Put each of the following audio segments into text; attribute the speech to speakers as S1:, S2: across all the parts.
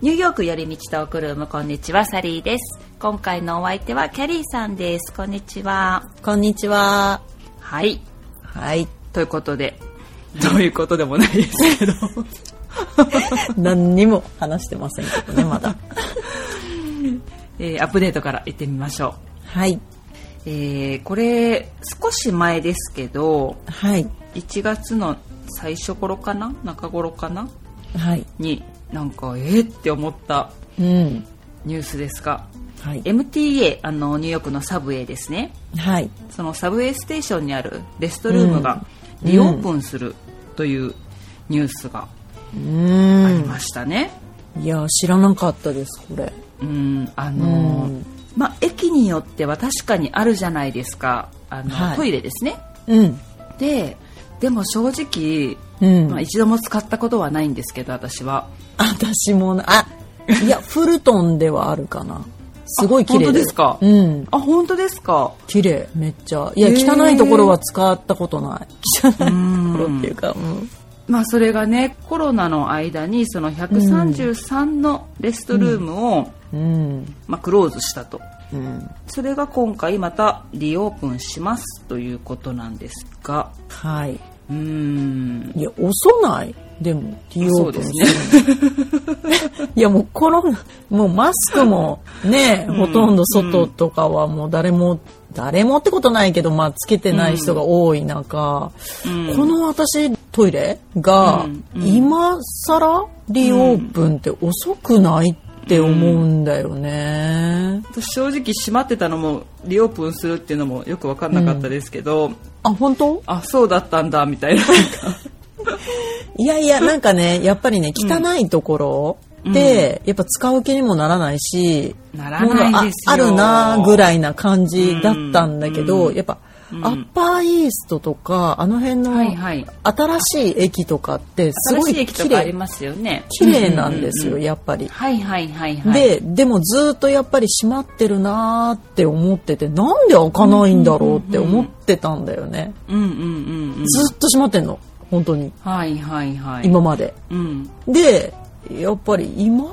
S1: ヨークより道トークルームこんにちはサリーです今回のお相手はキャリーさんですこんにちは
S2: こんにちは。
S1: はい
S2: はい。
S1: ということでどういうことでもないですけど
S2: 何にも話してませんけどね、ま だ。
S1: えーアップデートから行ってみましょ
S2: はい。
S1: う、えーこれ少し前ですけど
S2: はい。
S1: 1月の最初頃かな中頃かな
S2: はい。
S1: になんかえー、って思った
S2: うん。
S1: ニュースですが
S2: はい。
S1: MTA あのニューヨークのサブウェイですね
S2: はい。
S1: そのサブウェイステーションにあるレストルームがリオープンするというニュースがあ
S2: う
S1: り
S2: ん。
S1: ましたね。
S2: いや、知らなかったです、これ。
S1: うん、あのー
S2: うん
S1: まあ駅によっては確かにあるじゃないですかあの、
S2: はい
S1: トイレですね。
S2: うん。
S1: ででも正直、
S2: うん
S1: まあ、一度も使ったことはないんですけど私は
S2: 私もな、あ、い や、フルトンではあるかな。すごい綺
S1: あ
S2: 麗
S1: 本当ですか
S2: うん。
S1: あ本当ですか
S2: 綺麗、めっちゃ。いや、
S1: へー
S2: 汚いところは使ったことない。汚いところっていうか、うん。
S1: まあ、それがねコロナの間にその133のレストルームを、
S2: うん。
S1: まあ、クローズしたと
S2: うん。
S1: それが今回またリオープンしますということなんですが
S2: はい。
S1: うーん
S2: いや、遅ないでも、リオ
S1: そう
S2: ー
S1: で
S2: プン
S1: す
S2: す
S1: ね
S2: るいや、もうコロナ、もうマスクもね、ほとんど外とかはもう誰も、誰もってことないけど、まあ、つけてない人が多い中、
S1: うん
S2: この私、トイレが、
S1: うんうん
S2: 今更リオープンって遅くないって思うんだよね。
S1: 私正直閉まってたのもリオープンするっていうのもよく分かんなかったですけど、
S2: あ、本当
S1: あそうだったんだみたいな
S2: いや いや、なんかね、やっぱりね、汚いところで、やっぱ使う気にもならないし、
S1: ならないですよ
S2: ああるなぐらいな感じだったんだけど、
S1: うん
S2: やっぱ、
S1: うん
S2: アッパーイーストとかあの辺の
S1: はいはい
S2: 新しい駅とかってす
S1: 新
S2: ご
S1: し
S2: い
S1: い駅と
S2: 綺
S1: かあり
S2: 麗
S1: ますよね
S2: 綺麗なんですよ、
S1: ううう
S2: やっぱり。
S1: はいはいはいはい
S2: ででもずっとやっぱり閉まってるなーって思っててなんで開かないんだろうって思ってたんだよね、
S1: うんうんうんうん
S2: ずっと閉まってんの本当に
S1: はいはいはい
S2: 今まで
S1: うん
S2: でやっぱり今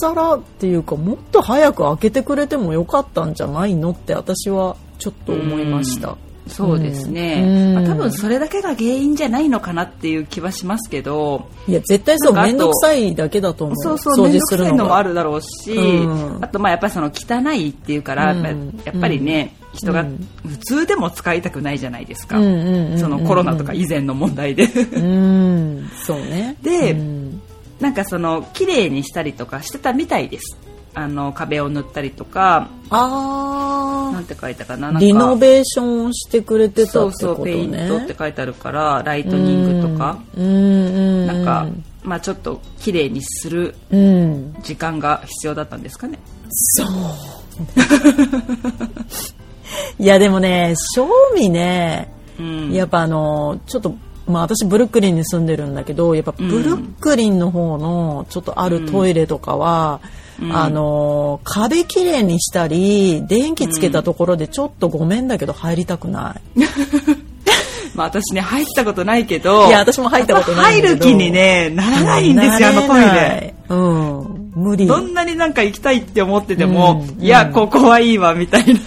S2: 更っていうかもっと早く開けてくれてもよかったんじゃないのって私はちょっと思いました、
S1: そうですね、
S2: うん
S1: まあ多分それだけが原因じゃないのかなっていう気はしますけど
S2: いや絶対そう
S1: なんかあと
S2: 面倒くさいだけだと思う
S1: そうそう面
S2: 掃除
S1: 倒
S2: す
S1: く
S2: る
S1: さいの
S2: の
S1: もあ
S2: が
S1: るだろうし、
S2: うん
S1: あとまあやっぱりその汚いっていうから、
S2: うん
S1: やっぱやっぱりね、人が
S2: うん
S1: 普通でも使いたくないじゃないですか、
S2: うんうんうん
S1: そのコロナとか以前の問題で
S2: うんそうね
S1: で
S2: うん
S1: なんかその綺麗にしたりとかしてたみたいですあの壁を塗ったりとかな
S2: あ
S1: んて書いたかななんか
S2: ーリノベーションをしてくれてた
S1: そ
S2: っ
S1: う
S2: て
S1: そ
S2: こと
S1: うペイン
S2: ね
S1: トって書いてあるからライトニングとか、
S2: うんうん
S1: なんか、まあ、ちょっと綺麗にする
S2: うん
S1: 時間が必要だったんですかね
S2: そう。いやでもね、正味ね、
S1: うん
S2: やっぱあの、ちょっと、まあ私ブルックリンに住んでるんだけど、やっぱブルックリンの方のちょっとあるトイレとかは、
S1: うん
S2: あの、壁きれいにしたり、電気つけたところでちょっとごめんだけど入りたくない。
S1: まあ私ね入ったことないけど
S2: いや私も入ったことないんだ
S1: 入る
S2: けど
S1: 気にねならないんですよあのトイ
S2: 慣れな
S1: レ
S2: い。うん。無理。
S1: どんなになんか行きたいって思ってても、
S2: うん
S1: いやここはいいわみたいな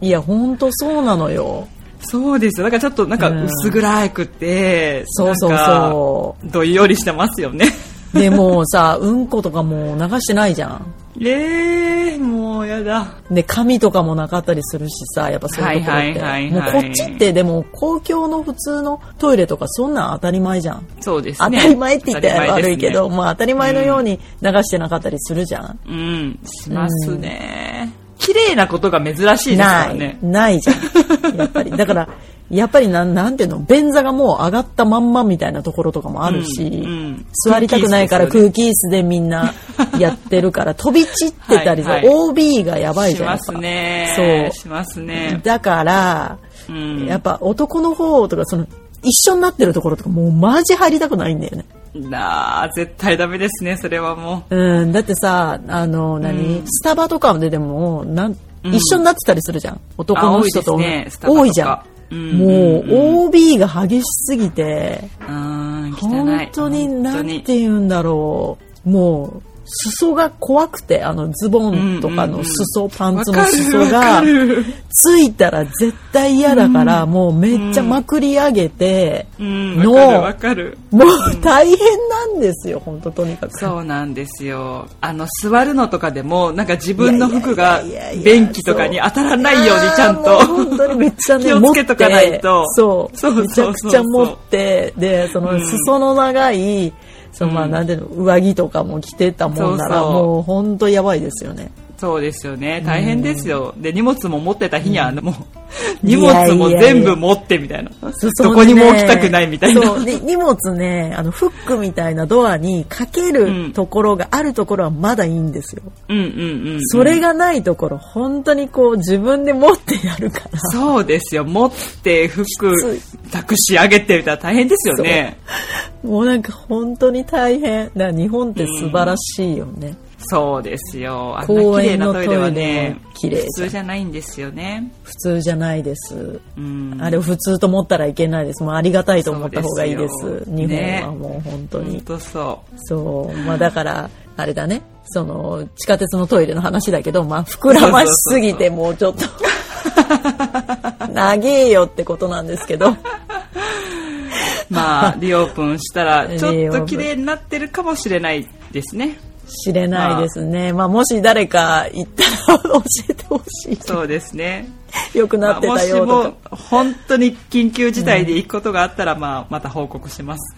S2: いや、ほんとそうなのよ。
S1: そうですよだからちょっとなんか
S2: うん
S1: 薄暗くて、
S2: そうそうそう
S1: なんかどんよりしてますよね
S2: でもさ、うんことかもう流してないじゃん。
S1: えー、もうやだ
S2: で紙とかもなかったりするしさやっぱそういうところっ
S1: はいはい
S2: て、
S1: はいはい
S2: もうこっちってでも公共の普通のトイレとかそんなん当たり前じゃん、
S1: そうです
S2: 当
S1: ね
S2: たり前って言ったら
S1: 当たり前です
S2: 悪
S1: ね
S2: いけど、まあ当たり前のように流してなかったりするじゃん、
S1: うんしますね、綺麗なことが珍しいですか
S2: な
S1: ら
S2: い、
S1: ね
S2: ないじゃんやっぱりだからやっぱりなんなんていうの便座がもう上がったまんまみたいなところとかもあるし、
S1: うんうん
S2: 座りたくないから
S1: 空
S2: 空気椅子でみんなやってるから飛び散ってたりさ、
S1: はいはい
S2: OB がやばい
S1: し
S2: じゃんや
S1: ま
S2: っ
S1: す
S2: ぱ
S1: ね
S2: そう
S1: しますね
S2: だから、
S1: うん
S2: やっぱ男の方とかその一緒になってるところとかもうマジ入りたくないんだよね。
S1: なあ絶対ダメですねそれはも
S2: うん、だってさ、あの、何、スタバとかででも、なん、
S1: うん
S2: 一緒になってたりするじゃん。男の人と
S1: あ多いですねスタバとか
S2: 多いじゃ。
S1: うんん
S2: も
S1: うんう
S2: う、OB が激しすぎて、
S1: ううーん汚い
S2: 本当に、
S1: 本
S2: な
S1: 当
S2: ん
S1: に
S2: て言うんだろう。もう、裾が怖くてあのズボンとか
S1: うんうんう
S2: の
S1: ん
S2: 裾、パンツの
S1: わかる
S2: 裾
S1: わか
S2: が
S1: る
S2: ついたら絶対嫌だから、もうめっちゃまくり上げて、
S1: うん
S2: の
S1: わかる
S2: もう大変なんですよ本当とにかく。
S1: そうなんですよあの座るのとかでもなんか自分の服が
S2: いやいやいやいや
S1: 便器とかに当たらないようにちゃん
S2: いやーもう
S1: と
S2: 本当にめっちゃね
S1: 気をつけとかないと
S2: 持ってそう
S1: そうそうそうそう
S2: めちゃくちゃ持ってでその
S1: うん
S2: 裾の長い、そのまあなんていうの上着とかも着てたもんなら
S1: そうそう
S2: もう本当やばいですよね。
S1: そうですよね大変ですよ、で荷物も持ってた日には、もう荷物も全部持ってみたいな
S2: 裾
S1: ど
S2: の
S1: こに
S2: ね
S1: も置きたくないみたいな
S2: そうで荷物ねあのフックみたいなドアにかけ
S1: うん
S2: るところがあるところはまだいいんですよ。
S1: うんうんうん、うん、
S2: それがないところ本当にこう自分で持ってやるから。
S1: そうですよ持って服
S2: つい
S1: 託し上げてみたいな大変ですよね
S2: もうなんか本当に大変。だから日本って素晴らしいよね。
S1: そうですよあんな
S2: 公
S1: 綺麗
S2: 園
S1: な
S2: の
S1: トイ
S2: トイ
S1: レ
S2: レ
S1: は
S2: は
S1: ね
S2: ね綺麗じゃん
S1: 普通じゃないんですよね
S2: 普通じゃないです。
S1: うん
S2: あれを普通と思ったらいけないです。もうありがたいと思った方がいいです。
S1: そうですよ
S2: 日本
S1: ね
S2: はもう本当に。
S1: 本当そ
S2: そう。まあだから、あれだね。その、地下鉄のトイレの話だけど、まあ膨らましすぎてもうちょっと、長えよってことなんですけど。
S1: うまあ リオープンしたらち
S2: リ
S1: ょ
S2: オ
S1: っ
S2: ープ
S1: と
S2: ン
S1: 綺麗になってるかもしれないですね
S2: 知れないですね。まあもし誰か行ったら教えてほし
S1: そうですね
S2: い。良く なって
S1: まあも
S2: た
S1: し
S2: よとか
S1: も。本当に緊急事態で行くことがあったら、まあ、また報告します。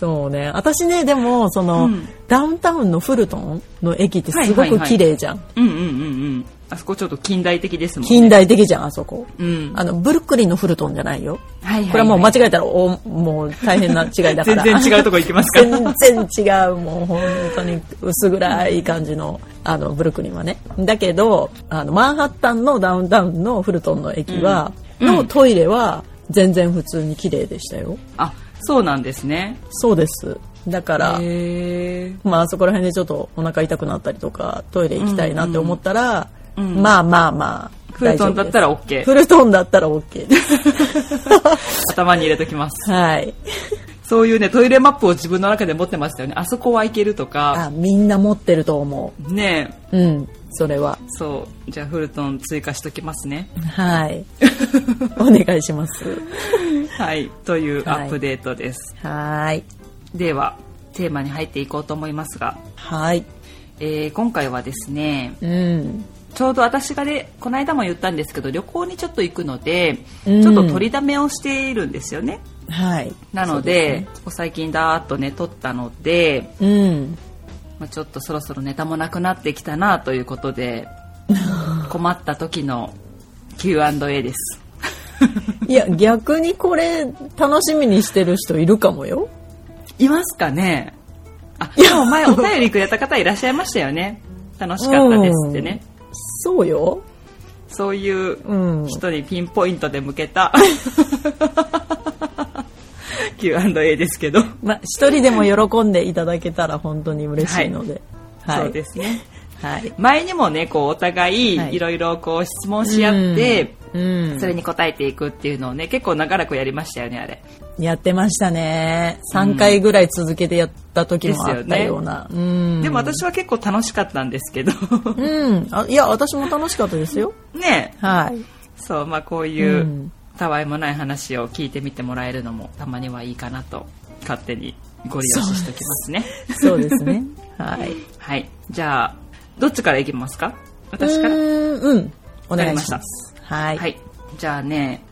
S2: そうね。私ね、でも、その、
S1: うん
S2: ダウンタウンのフルトンの駅ってすご
S1: はいはい
S2: く
S1: はい
S2: 綺麗じゃん。
S1: うんうんうんうん。あそこちょっと近代的ですもんね。
S2: 近代的じゃん、あそこ。
S1: うん
S2: あの、ブルックリンのフルトンじゃないよ。
S1: はいはいはい
S2: これはもう間違えたら、おもう大変な違いだから。
S1: 全然違うとこ行きますから。
S2: 全然違う、もう本当に薄暗い感じの、あの、ブルックリンはね。だけど、あの、マンハッタンのダウンタウンのフルトンの駅は、
S1: うんう
S2: の
S1: ん
S2: トイレは全然普通に綺麗でしたよ。
S1: あ、そうなんですね。
S2: そうです。だから、
S1: へー
S2: まあそこら辺でちょっとお腹痛くなったりとかトイレ行きたいなって思ったら、
S1: うんうんうん
S2: まあまあまあ
S1: フルトンだったら
S2: 大丈夫です
S1: OK。
S2: フルトンだったら OK です。
S1: 頭に入れときます。
S2: はい。
S1: そういうね、トイレマップを自分の中で持ってましたよね。あそこは行けるとか。
S2: あ、みんな持ってると思
S1: ねえ
S2: う。うん、それは。
S1: そう。じゃあ、フルトン追加しときますね。
S2: はい。お願いします。
S1: はい。という
S2: はい
S1: アップデートです。
S2: はい。
S1: では、テーマに入っていこうと思いますが、
S2: はい。
S1: えー今回はですね、
S2: うん。
S1: ちょうど私がね、この間も言ったんですけど、旅行にちょっと行くので、
S2: うん
S1: ちょっと取りだめをしているんですよね。
S2: はい。
S1: なので、ここ最近だーっとね、撮ったので、
S2: そうですね、
S1: まあ、ちょっとそろそろネタもなくなってきたなということ で困った時の Q&A です
S2: うん。いや、逆にこれ、楽しみにしてる人いるかもよ。
S1: いますかねあでも前お便りくれた方いらっしゃいましたよね楽しかったですってね、
S2: そうよ。
S1: そういう
S2: うん。
S1: 人にピンポイントで向け た Q&A ですけど、
S2: まあ、一人でも喜んでいただけたら本当に嬉しいので。はい。
S1: そうですね
S2: はい。
S1: 前にもねこうお互
S2: はい
S1: いいろいろこう質問し合って、
S2: うん、
S1: それに答えていくっていうのをね結構長らくやりましたよねあれ
S2: やってましたね。3回ぐらい続けてやった時もあ
S1: で
S2: っ
S1: すよ
S2: た
S1: ね
S2: ような。うん。
S1: でも私は結構楽しかったんですけ ど
S2: うん。あいや、私も楽しかったですよ。
S1: ね
S2: はい。
S1: そうまあこう
S2: う
S1: いうんたわいもない話を聞いてみてもらえるのもたまにはいいかなと勝手にご利用ししておきますね
S2: そうですね。はい。
S1: はいじゃあどっちからいきますか私からは
S2: うん、うん。お願いし
S1: わかりま
S2: ま
S1: し、
S2: す。はいい。はい。
S1: じゃあね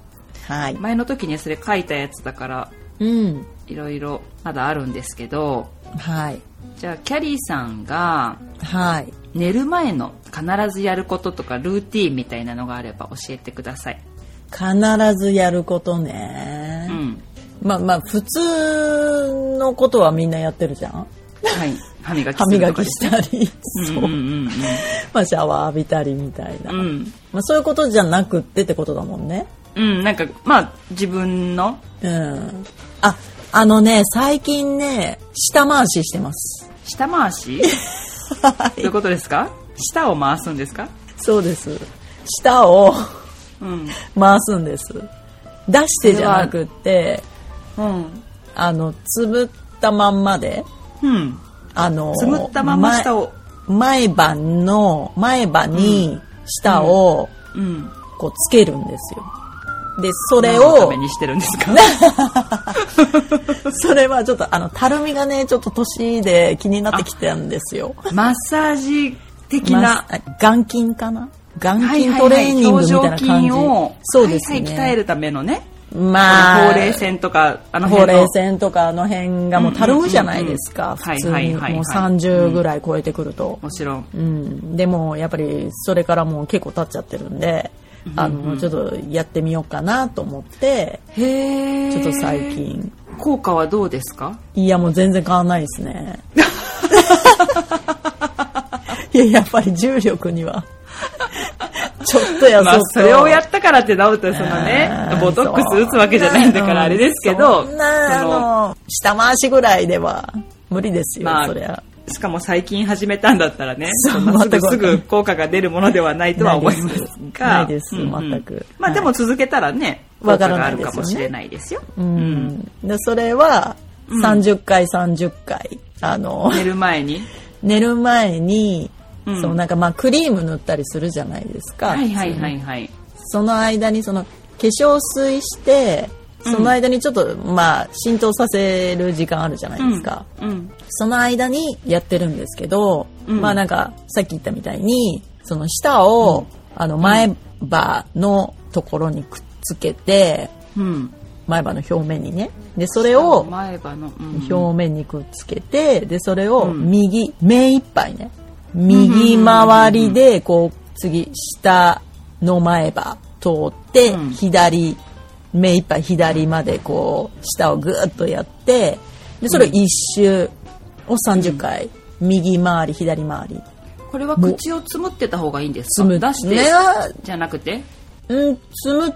S2: はい。
S1: 前の時にそれ書いたやつだから
S2: うん。
S1: いろいろまだあるんですけど
S2: はい。
S1: じゃあキャリーさんが
S2: はい。
S1: 寝る前の必ずやることとかルーティーンみたいなのがあれば教えてください、
S2: 必ずやること
S1: う
S2: ね。
S1: ん、
S2: まあまあ、普通のことはみんなやってるじゃん
S1: はい歯磨き
S2: 歯
S1: する
S2: 磨
S1: とか
S2: き
S1: です
S2: したり、
S1: う
S2: そ
S1: んう
S2: う
S1: んうん
S2: まあ、シャワー浴びたりみたいな、
S1: うんうん
S2: まあ、そういうことじゃなくってってことだもんね。
S1: うんなんかまあ自分の
S2: うん。あ、あのね、最近ね、下回ししてます。
S1: 下回し
S2: は
S1: ということですか下を回すんですか
S2: い。そうです。下を
S1: うん
S2: 回すんです。出してじゃなくって、
S1: うん
S2: あの、つぶったまんまで、
S1: うん
S2: あの
S1: つむったまま下を、
S2: 前前歯の前歯に舌を
S1: うん、
S2: こうつけるんですよ。でそれ
S1: 何のた
S2: を
S1: めにしてるんです か
S2: それはちょっとあのたるみがねちょっと年で気になってきてたんですよ。
S1: マッサージ的
S2: ま
S1: な
S2: あ眼筋かな眼
S1: はい
S2: 筋
S1: はい
S2: ト
S1: は
S2: レーニングみ
S1: 表
S2: たいな
S1: 情
S2: 感じ、
S1: 筋を
S2: そうですね、
S1: はいはい、鍛えるためのね、
S2: まあ
S1: ほうれい線とかあの
S2: ほう
S1: 辺の
S2: れい線とかあの辺がもうたるむじゃないですか、
S1: うんうんうんうん
S2: 普通
S1: はい
S2: に
S1: はいはいはい
S2: もう30ぐらい超えてくると、
S1: もちろん
S2: うん、でもやっぱりそれからもう結構経っちゃってるんで、あのちょっとやってみようかなと思って
S1: へえ
S2: ちょっと最近
S1: 効果はどうですか
S2: いやもう全然変わんないで すねいややっぱり重力にはちょっとや
S1: ま
S2: そ
S1: あ
S2: うと
S1: それをやったからって治ったらそのね
S2: あー
S1: ボトックス打つわけじゃないんだからあれですけど
S2: そんな
S1: そ
S2: あ
S1: の
S2: の下回しぐらいでは無理ですよ、
S1: まあ
S2: そりゃ
S1: しかも最近始めたんだったらね
S2: そう
S1: そんなすぐ
S2: 全くわか
S1: す
S2: んない
S1: ぐ効果が出るものではないとは思いますが
S2: ないです
S1: うんうん
S2: 全く
S1: まあでも続けたらね
S2: わ
S1: 効
S2: か
S1: 果が
S2: らな
S1: あ
S2: い
S1: る
S2: ですよね
S1: かもしれないですよ
S2: うん、
S1: うん
S2: でそれは30回30回、あの
S1: 寝る前に
S2: 寝る前に、
S1: うん
S2: そうなんかまあクリーム塗ったりするじゃないですか、
S1: はいはいはいはい
S2: その間にその化粧水してその間にちょっと、まあ浸透させる時間あるじゃないですか、
S1: うん
S2: その間にやってるんですけど、
S1: うん
S2: まあなんかさっき言ったみたいにその舌を、あの前歯のところにくっつけて
S1: うん
S2: 前歯の表面にねでそれを
S1: 前歯のうん
S2: 表面にくっつけてでそれを
S1: うん
S2: 右、目いっぱいね右回りでこう次下の前歯通って、
S1: うん
S2: 左目いっぱい左までこう下をぐーっとやってでそれを一周を30回、右回り左回り
S1: これは口をつむってた方がいいんですか
S2: つむ
S1: 出して
S2: ね
S1: じゃなくて
S2: うんつむっ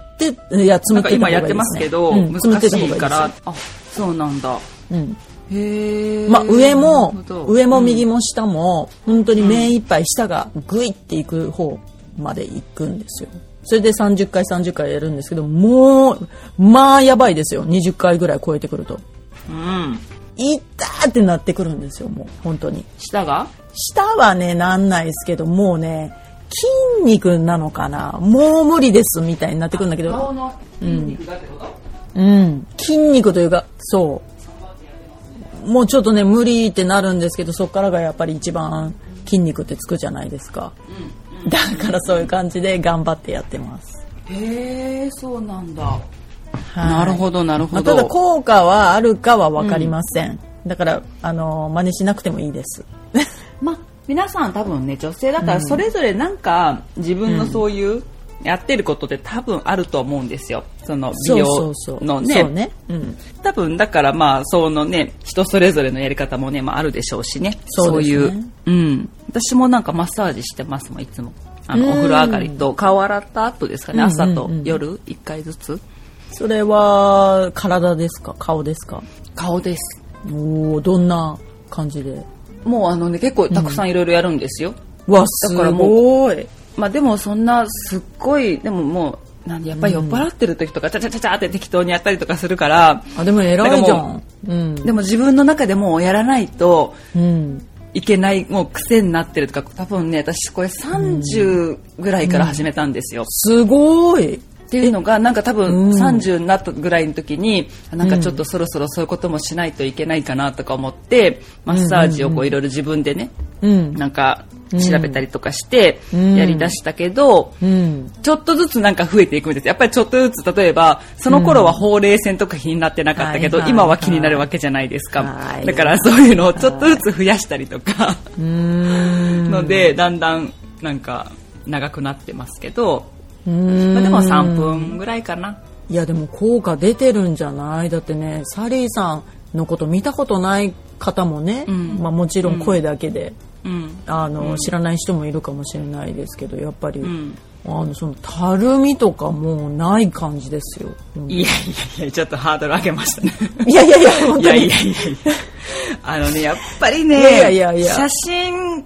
S2: ていやつむ
S1: な
S2: っ
S1: んか
S2: てた方
S1: 今
S2: がいい
S1: やっ
S2: です、ね、
S1: てますけど
S2: うんつむっ
S1: 難して
S2: た方がいい
S1: い
S2: です
S1: からあそうなんだ
S2: うん
S1: へえ
S2: まあ、上も
S1: なるほど
S2: 上も右も下も本当に目いっぱい下がグイっていく方まで行くんですよそれで30回30回やるんですけどもうまあやばいですよ20回ぐらい超えてくると
S1: うん
S2: 痛ーってなってくるんですよもう本当に
S1: 下が
S2: 下はねなんないですけどもうね筋肉なのかなもう無理ですみたいになってくるんだけど、
S1: の筋肉がってこと
S2: うん、筋肉というかそうもうちょっとね無理ってなるんですけどそこからがやっぱり一番筋肉ってつくじゃないですかだからそういう感じで頑張ってやってます、
S1: へえそうなんだ、
S2: はい
S1: なるほどなる
S2: ま
S1: ほ
S2: あ、た
S1: ど、
S2: だ効果はあるかは分かりません、だからあの真似しなくてもいいです
S1: まあ皆さん多分ね女性だからそれぞれなんか自分のそういうやってることって多分あると思うんですよその 美
S2: そ
S1: 容
S2: うそうそう
S1: の
S2: そう
S1: ね
S2: ね、うん、
S1: 多分だからまあそのね人それぞれのやり方もね、まあ、あるでしょうしね
S2: そうですね
S1: いう、うん、私もなんかマッサージしてますもんいつもあの
S2: うん
S1: お風呂上がりと顔洗った後ですかね
S2: うん
S1: 朝
S2: う
S1: と
S2: んうん
S1: 夜1回ずつ
S2: それは体ですか顔ですか
S1: 顔です
S2: おおどんな感じで
S1: もうあのね結構たくさんいろいろやるんですよ、
S2: わす
S1: だから
S2: ごい
S1: まあでもそんなすっごいでももうなんでやっぱり酔っ払ってる時とかちゃちゃちゃちゃって適当にやったりとかするから
S2: あでも偉いじゃんうん
S1: でも自分の中でもうやらないと
S2: うん
S1: いけないもう癖になってるとか多分ね私これ30ぐらいから始めたんですよ。
S2: すごい
S1: っていうのがなんか多
S2: う
S1: 分
S2: ん
S1: 30になったぐらいの時になんかちょっとそろそろそういうこともしないといけないかなとか思ってマッサージをこういろいろ自分でね
S2: うん
S1: なんか調べたりとかして
S2: うん
S1: やりだしたけど
S2: うん
S1: ちょっとずつなんか増えていくみたいです。やっぱりちょっとずつ、例えば、その頃はほうれい線とか気になってなかったけど、
S2: うんはいはい
S1: 今は気になるわけじゃないですか。
S2: はい
S1: だからそういうのをちょっとずつ増やしたりとか、
S2: うーん
S1: ので、だんだんなんか長くなってますけど、
S2: うーん
S1: まあ、でも3分ぐらいかな。
S2: いやでも効果出てるんじゃないだってねサリーさんのこと見たことない方もね、
S1: うん
S2: まあ、もちろん声だけで、
S1: うん。
S2: あの知らない人もいるかもしれないですけどやっぱり、
S1: うん。
S2: あのそのたるみとかもうない感じですよ。うん
S1: いやいやいや、ちょっとハードル上げましたね。
S2: いやいやいや 本
S1: い
S2: 当
S1: や
S2: に
S1: いやいやいや。あのね、やっぱりね、
S2: いやいやいやいや
S1: 写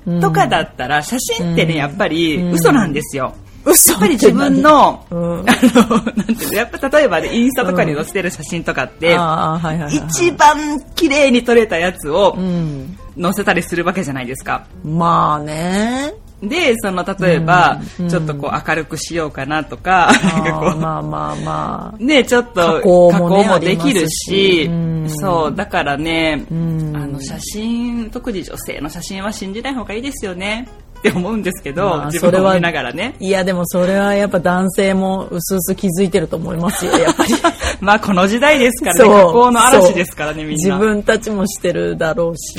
S1: 真とかだったら、写真ってね、やっぱり
S2: うん
S1: 嘘なんですよ。
S2: 嘘
S1: やっぱり自分の、
S2: うん
S1: あの、なんていうの、やっぱ例えばね、インスタとかに載せてる写真とかって、
S2: ああはいはい、はい、
S1: 一番綺麗に撮れたやつを
S2: うん
S1: 載せたりするわけじゃないですか。
S2: まあね
S1: で、その、例えば、ちょっとこう明るくしようかなとか、 なんかこ
S2: あー
S1: う、
S2: まあまあまあ
S1: ね、ちょっと
S2: 加
S1: 加
S2: 工
S1: 工
S2: もね
S1: もできるし、
S2: ありますしうん
S1: そう、だからね、
S2: ん
S1: あの写真、特に女性の写真は信じない方がいいですよねって思うんですけど、
S2: まあ
S1: 自
S2: それ
S1: 分
S2: は
S1: を見ながらね。
S2: いやでもそれはやっぱ男性もうすうす気づいてると思いま すよやっぱり
S1: まあこの時代ですからね、
S2: そう
S1: 加工の嵐ですからね、みん
S2: 自
S1: な。
S2: 分たちもしてるだろうし、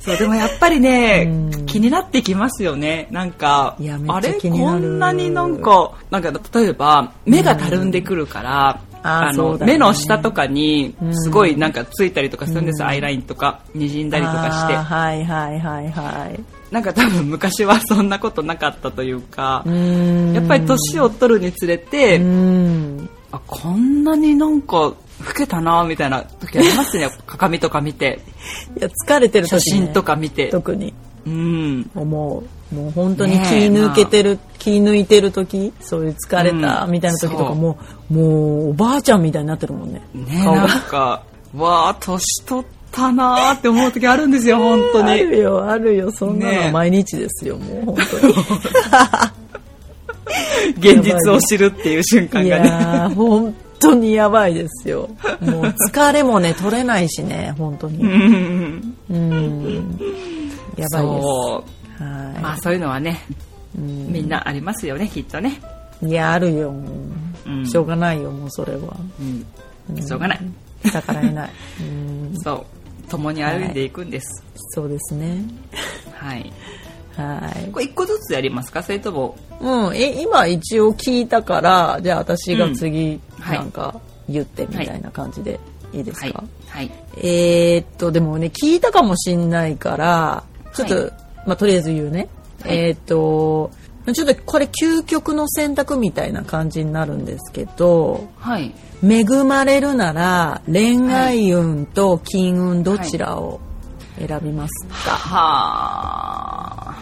S1: そう、でもやっぱりね、気になってきますよね。なんか、
S2: いやめっ
S1: あ
S2: ちゃ
S1: れ
S2: 気になる
S1: こんなになんか、なんか例えば、目がたるんでくるから、
S2: あーそう
S1: の、
S2: だね
S1: 目の下とかに、すごいなんかついたりとかするんです、アイラインとか、滲んだりとかして
S2: あー。はいはいはいはい
S1: なんか多分昔はそんなことなかったというか
S2: う、ーん
S1: やっぱり年を取るにつれて、
S2: うーん
S1: あこんなになんか老けたなみたいな時ありますね 鏡とか見て
S2: いや疲れてる時、
S1: 写
S2: ね、
S1: 真とか見て、
S2: 特に
S1: うん
S2: 思うもう本当に気
S1: ねえ
S2: 抜けてる、気抜いてる時そういう疲れた
S1: うん
S2: みたいな時とか
S1: そう
S2: も、うもうおばあちゃんみたいになってるもんね
S1: ね
S2: 顔が
S1: なんかわあ年取ったなーって思う時あるんですよ本当
S2: あ
S1: に
S2: るよあるよそんなの
S1: ね
S2: は
S1: え
S2: 毎日ですよ、もう本 当に
S1: 現実を知るっていう瞬間
S2: い
S1: がね
S2: やー本当にやばいですよもう疲れもね取れないしね本当に
S1: うん
S2: うんやばいです
S1: そう
S2: はい、
S1: まあそういうのはね
S2: うん
S1: みんなありますよねきっとね、
S2: いやあるよもう、
S1: うん
S2: しょうがないよもうそれは
S1: うん、しょうがない
S2: 逆らえないうん
S1: そう共に歩いていくんです
S2: そうですね
S1: はい
S2: はい
S1: これ一個ずつやりますかそれとも
S2: うん、え今一応聞いたからじゃあ私が次
S1: うんはい
S2: なんか言ってみたいな感じでいいですか、
S1: はいはい
S2: えーっとでもね聞いたかもしんないからちょっと、
S1: は
S2: まあ、とりあえず言うね、
S1: はい
S2: えーっとちょっとこれ究極の選択みたいな感じになるんですけど
S1: はい
S2: 恵まれるなら恋愛運と金運どちらを選びますか、
S1: はあ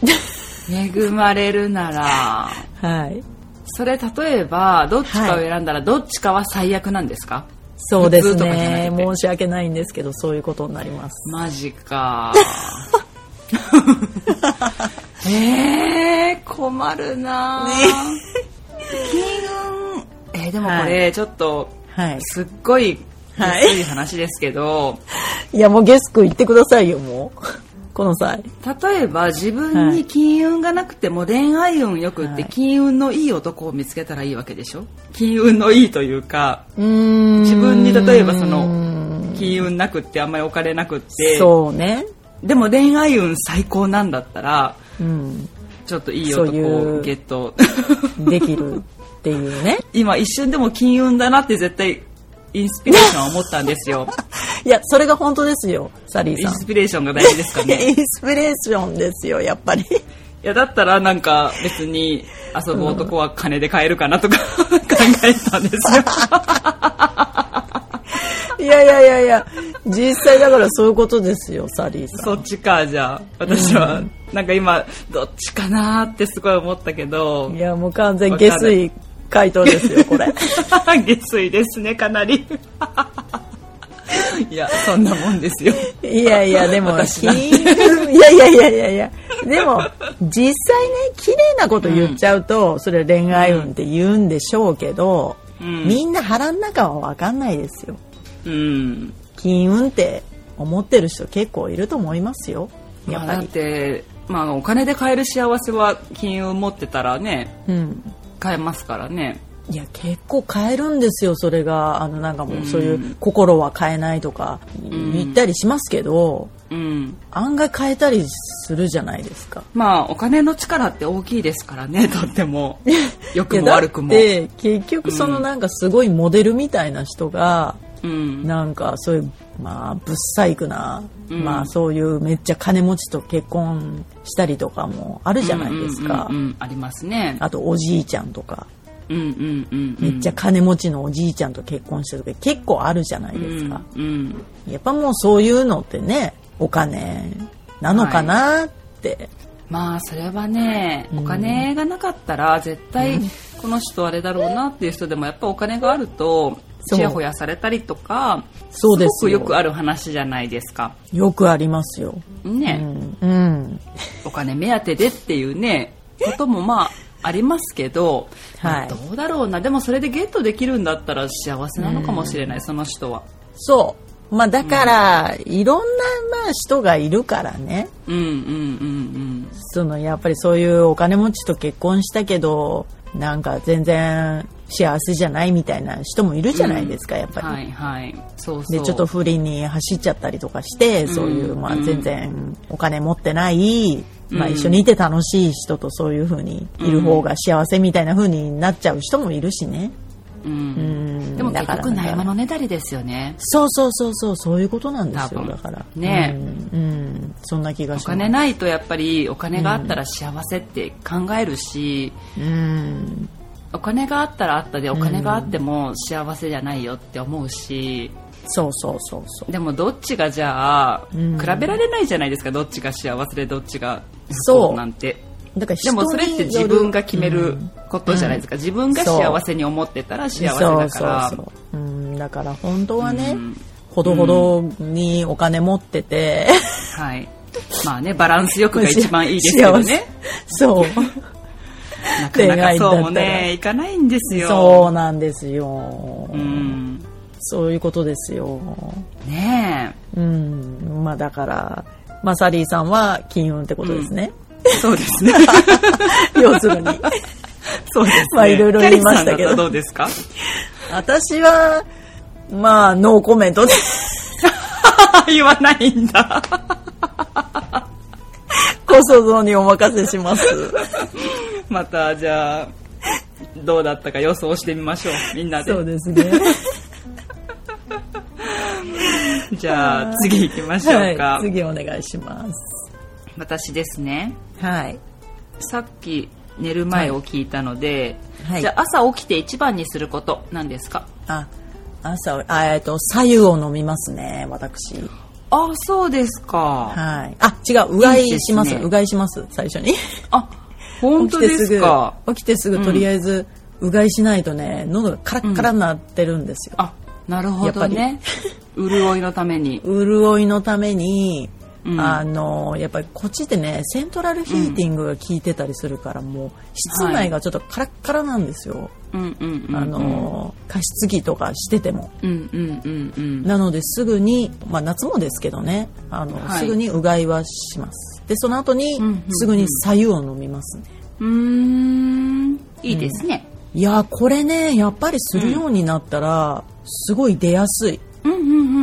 S1: 恵まれるなら
S2: はい、
S1: それ例えばどっちかを選んだらどっちかは最悪なんですか、
S2: そうです
S1: 普通とかじゃな
S2: ね
S1: くて
S2: 申し訳ないんですけどそういうことになります
S1: マジ かえー、困るな、金運えーでもこれちょっと
S2: はい
S1: すっごい
S2: はい
S1: むずい話ですけど、
S2: いやもうゲスク言ってくださいよもうこの際
S1: 例えば自分に金運がなくても恋愛運よくって
S2: はい
S1: 金運のいい男を見つけたらいいわけでしょ金運のいいというか
S2: 自
S1: 自分に例えばその金運なくってあんまりお金なくって
S2: そうね、
S1: でも恋愛運最高なんだったら
S2: うん、
S1: ちょっといい
S2: そうい
S1: 男
S2: う
S1: をゲット
S2: できるっていうね
S1: 今一瞬でも金運だなって絶対インスピレーションは思ったんです よ
S2: いやそれが本当ですよサリー
S1: イ
S2: さ
S1: ン
S2: ん
S1: スピレーションが大事ですか
S2: イ
S1: ね
S2: ンスピレーションですよやっぱり
S1: い やだったらなんか別に遊ぶ男は金で買えるかなとか 考えたんです よ
S2: いやいやいやいや実際だからそういうことですよサリーさん
S1: そっちかじゃあ私はなんか今どっちかなーってすごい思ったけ ど
S2: いやもう完全下水回答ですよこれ
S1: 下水ですねかなり いやそんなもんですよ
S2: いやいやでも
S1: 私なんて
S2: 金運 いやいやいやいやいやでも実際ね綺麗なこと言っちゃうと、それは恋愛運って言うんでしょうけど、
S1: うん
S2: みんな腹の中は分かんないですよ
S1: うん
S2: 金運って思ってる人結構いると思いますよやっ
S1: ま
S2: ぱ
S1: あだっ
S2: り、
S1: て、まあ、お金で買える幸せは金運持ってたらね
S2: うん
S1: 買えますからね
S2: いや結構変えるんですよそれがあのなんかもうそういう心は変えないとか言ったりしますけど、
S1: うん
S2: 案外変えたりするじゃないですか
S1: まあお金の力って大きいですからね とっても良
S2: い
S1: く
S2: や
S1: も
S2: だ
S1: 悪く
S2: っ
S1: も、
S2: て結局そのなんかすごいモデルみたいな人が、
S1: うん、
S2: なんかそういうまあぶっ細工な、
S1: うん
S2: まあそういうめっちゃ金持ちと結婚したりとかもあるじゃないですか、
S1: うんうんうんうんありますね
S2: あとおじいちゃんとか
S1: うんうんうんうん
S2: めっちゃ金持ちのおじいちゃんと結婚してるとか結構あるじゃないですか、
S1: うんうん
S2: やっぱもうそういうのってねお金なのかなって
S1: まあそれはねお金がなかったら絶対この人あれだろうなっていう人でもやっぱお金があると
S2: そう
S1: ちやほやされたりとか
S2: そうです
S1: ごく
S2: よ
S1: よくある話じゃないですか。
S2: よくありますよ。
S1: ね、
S2: うん。うん。
S1: お金目当てでっていうねこともまあありますけど、
S2: はい
S1: まあどうだろうなでもそれでゲットできるんだったら幸せなのかもしれないその人は。
S2: そう。まあだから、いろんな、まあ人がいるからね。
S1: うんうんうん
S2: その、やっぱりそういうお金持ちと結婚したけど、なんか全然幸せじゃないみたいな人もいるじゃないですか、やっ
S1: う
S2: ぱ
S1: ん。
S2: り。
S1: はいはい。そうそう。
S2: でちょっと不倫に走っちゃったりとかしてそういう、
S1: うん
S2: まあ、
S1: うん
S2: 全然お金持ってない、まあ、
S1: うん
S2: 一緒にいて楽しい人とそういう風にいる方が幸せみたいな風になっちゃう人もいるしね。
S1: うん
S2: ん
S1: でも
S2: だ
S1: 結
S2: から
S1: 局ないものねだりですよね。
S2: そうそうそうそうそういうことなんです
S1: 多
S2: よ
S1: 分
S2: だから
S1: ね
S2: うん、うんそんな気が
S1: お
S2: します
S1: 金ないとやっぱりお金があったら幸せって考えるし、
S2: うん
S1: お金があったらあったでお金があっても幸せじゃないよって思うし
S2: そうそうそうそう
S1: でもどっちがじゃあ、
S2: ん
S1: 比べられないじゃないですかどっちが幸せでどっちが
S2: そう
S1: 不幸なんて
S2: だから人
S1: で
S2: によ
S1: も
S2: る
S1: それって自分が決めることじゃないですか、自分が幸せに思ってたら幸せだから
S2: そうそうそう、うん、だから本当はね、
S1: うん
S2: ほどほどにお金持ってて、
S1: はいまあねバランスよくが一番いいですけど ね
S2: そう
S1: なかなかそうも
S2: 恋愛だったら
S1: ねいかないんですよ
S2: そうなんですよ、
S1: うん
S2: そういうことですよ。
S1: ね
S2: うん。まあだから、まあサリーさんは金運ってことですね。
S1: えそうです ね
S2: 要する に。
S1: そうですね
S2: まあいろいろ言いましたけど
S1: キャリーさんだとどうですか
S2: 私は、まあノーコメントで。
S1: 言わないんだ。
S2: ご想像にお任せし ます。
S1: また、じゃあ、どうだったか予想してみましょう。みんなで
S2: そ。うですね。
S1: じゃあ、次行きましょうか。
S2: はい。次お願いします。
S1: 私ですね。
S2: はい。
S1: さっき、寝る前を聞いたので、
S2: はい
S1: じゃあ、朝起きて一番にすること、なんですか
S2: あ、朝、あえっと、左右を飲みますね、私。
S1: あ、そうですか。
S2: はい。あ、違う、うがいします。
S1: いいですね
S2: うがいします、最初に。
S1: あ、本当ですか。
S2: 起きてすぐ起きてすぐとりあえずうがいしないとね喉がカラッカラになってるんですよ、
S1: あ、なるほどね。 潤いのために。
S2: 潤いのために、
S1: うん
S2: あのやっぱりこっちってねセントラルヒーティングが効いてたりするから、もう室内がちょっとカラッカラなんですよ、
S1: うんうんうんうん。
S2: あの加湿器とかしてても
S1: うんうんうんうん。
S2: なのですぐに、まあ、夏もですけどねあの、
S1: はい
S2: すぐにうがいはしますでその後に、
S1: うんうんうん
S2: すぐに左右を飲みますね
S1: うーん、いいですね。
S2: いやーこれねやっぱりするようになったら、すごい出やすい
S1: うんうんうんうんうんう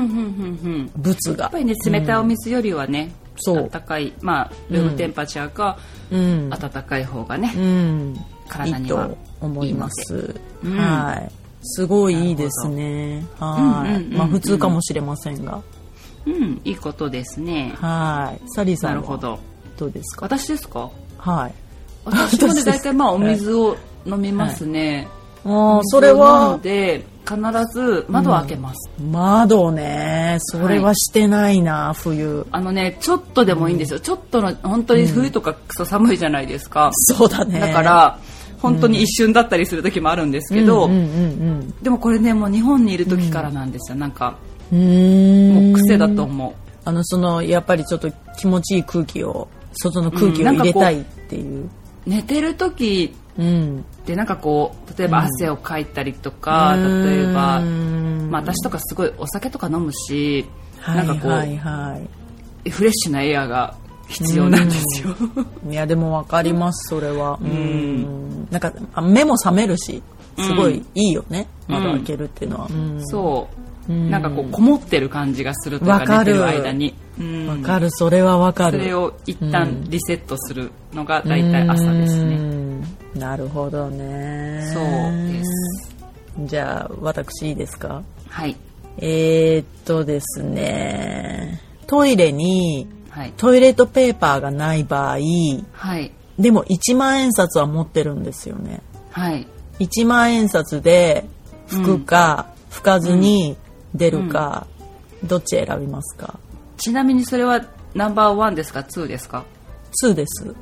S1: ん。
S2: 物が
S1: やっぱりね冷たいお水よりはね、
S2: そう
S1: 暖かいまあルームテンパチャーか、
S2: うん、
S1: 暖かい方がね、
S2: うん、い
S1: 体
S2: い
S1: には
S2: と思います
S1: いいのでうん
S2: はいすごいいいですねはい、
S1: うんうんうんうん
S2: まあ普通かもしれませんが
S1: うんいいことですね
S2: はいサリーさ
S1: なんるほ
S2: は
S1: ど
S2: どうですか
S1: 私です か
S2: はい
S1: 私もね
S2: 私です
S1: 大体まあお水を飲みますね、
S2: あ
S1: お
S2: あ
S1: 水
S2: それ
S1: を飲
S2: は
S1: んで必ず窓を開けます、
S2: 窓ねそれはしてないな、冬
S1: あのねちょっとでもいいんですよ、ちょっとの本当に冬とかクソ寒いじゃないですか、
S2: そうだね
S1: だから本当に一瞬だったりする時もあるんですけど、
S2: うんうん
S1: でもこれねもう日本にいる時からなんですよ、なんか
S2: うんうん
S1: もう癖だと思う、
S2: あのそのやっぱりちょっと気持ちいい空気を外の空気を入れたいっていう。
S1: 寝てる時
S2: うん。
S1: ってなんかこう例えば汗をかいたりとか、例えば、まあ、私とかすごいお酒とか飲むし、
S2: はい
S1: なんかこう、
S2: はいはい。
S1: フレッシュなエアが必要なんですよ。
S2: いやでもわかりますそれは。うん。なんかあ目も覚めるしすごいいいよね、
S1: うん
S2: 窓開けるっていうのは。うん。
S1: そう、
S2: うん
S1: なんかこうこもってる感じがするという
S2: わか
S1: 寝て
S2: る
S1: る間に、うん
S2: わかるそれはわか
S1: そ
S2: る。
S1: れを一旦リセットするのが大体朝です
S2: う
S1: ね。
S2: ん。なるほどね。
S1: そうです。
S2: じゃあ私いいですか。
S1: はい
S2: えー、っとですね。トイレに
S1: はい
S2: トイレットペーパーがない場合
S1: はい
S2: でも1万円札は持ってるんですよね
S1: はい。
S2: 1万円札で拭くか、拭かずに出るか、どっち選びますか
S1: ちなみにそれはナンバーワンですかツーですか
S2: 2です